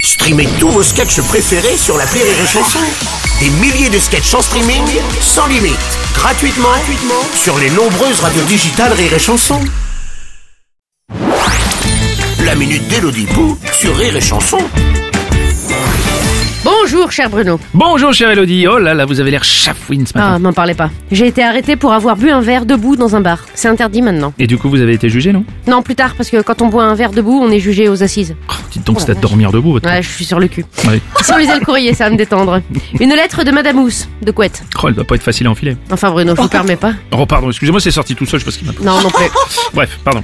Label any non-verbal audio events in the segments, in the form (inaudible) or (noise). Streamez tous vos sketchs préférés sur la Rire et Chanson. Des milliers de sketchs en streaming, sans limite, gratuitement, gratuitement sur les nombreuses radios digitales Rire et Chanson. La minute d'Elodie Pou sur Rire et Chanson. Bonjour, cher Bruno. Bonjour chère Elodie, oh là là, vous avez l'air chafouine ce matin. Ah, m'en parlez pas. J'ai été arrêté pour avoir bu un verre debout dans un bar. C'est interdit maintenant. Et du coup, vous avez été jugé, non Non, plus tard, parce que quand on boit un verre debout, on est jugé aux assises. Oh, Dites donc, c'est à dormir debout, votre... Ouais, je suis sur le cul. Ouais. Si on lisait le courrier, ça va me détendre. Une lettre de Madame Housse, de Couette. Oh, elle doit pas être facile à enfiler. Enfin, Bruno, je vous permets pas. Oh, pardon, excusez-moi, c'est sorti tout seul, je pense qu'il m'a... (laughs) Non, non plus. Bref, pardon.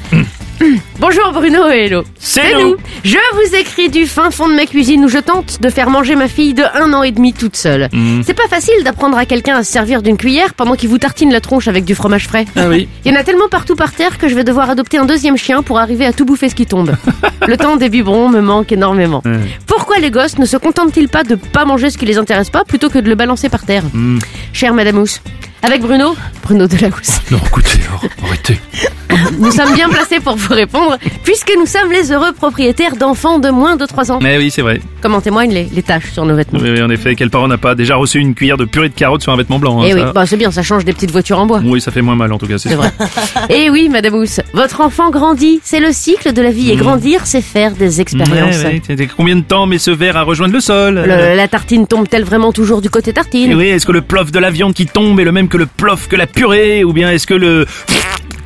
Bonjour, Bruno et Hello. C'est nous. Je vous écris du fin fond de ma cuisine où je tente de faire manger ma fille de un an et demi toute seule. Mhm. C'est pas facile d'apprendre à quelqu'un à se servir d'une cuillère pendant qu'il vous tartine la tronche avec du fromage frais. Ah (laughs) oui. Il y en a tellement partout par terre que je vais devoir adopter un deuxième chien pour arriver à tout bouffer ce qui (laughs) tombe. Le temps des biberons me manque énormément. Pourquoi les gosses ne se contentent-ils pas de pas manger ce qui les intéresse pas plutôt que de le balancer par terre Hmm. Chère Madame Housse, avec Bruno, Bruno de la (laughs) Housse, Non, écoutez, oh, arrêtez. nous sommes bien placés pour vous répondre puisque nous sommes les heureux propriétaires d'enfants de moins de 3 ans. Mais Eh oui, c'est vrai. Comme en témoignent les, les taches sur nos vêtements. Oui, oui, en effet, quel parent n'a pas déjà reçu une cuillère de purée de carottes sur un vêtement blanc hein, Eh oui, ça bah c'est bien, ça change des petites voitures en bois. Oui, ça fait moins mal en tout cas, c'est C'est sûr. (laughs) vrai. Et oui, Madame Housse, votre enfant grandit, c'est le cycle de la vie. Et grandir, c'est faire des expériences. Hmm. Ouais, ouais, t'es- t'es- Combien de temps met ce verre à rejoindre le sol (laughs) Le- la tartine tombe-t-elle vraiment toujours du côté tartine Eh oui, est-ce que le plof de la viande qui tombe est le même que le plof que la purée Ou bien est-ce que le...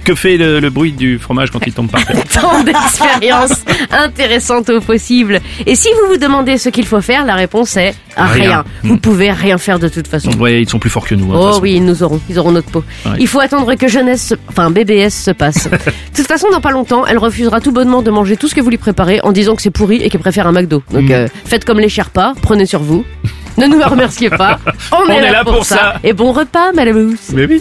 Que fait le, le bruit du fromage quand il tombe par terre (laughs) Tant d'expériences intéressantes au possible. Et si vous vous demandez ce qu'il faut faire, la réponse est rien. Rien. Vous pouvez rien faire de toute façon. Ouais, ils sont plus forts que nous. hein, de toute Oh façon. oui, ils nous auront, ils auront notre peau. Ouais. Il faut attendre que jeunesse, se- enfin BBS se (laughs) passe. De toute façon, dans pas longtemps, elle refusera tout bonnement de manger tout ce que vous lui préparez en disant que c'est pourri et qu'elle préfère un McDo. Donc Mm. euh, faites comme les Sherpas, prenez sur (laughs) vous. Ne nous remerciez pas. On, est, là, pour, ça. Et bon repas, Madame Housse. Mais oui.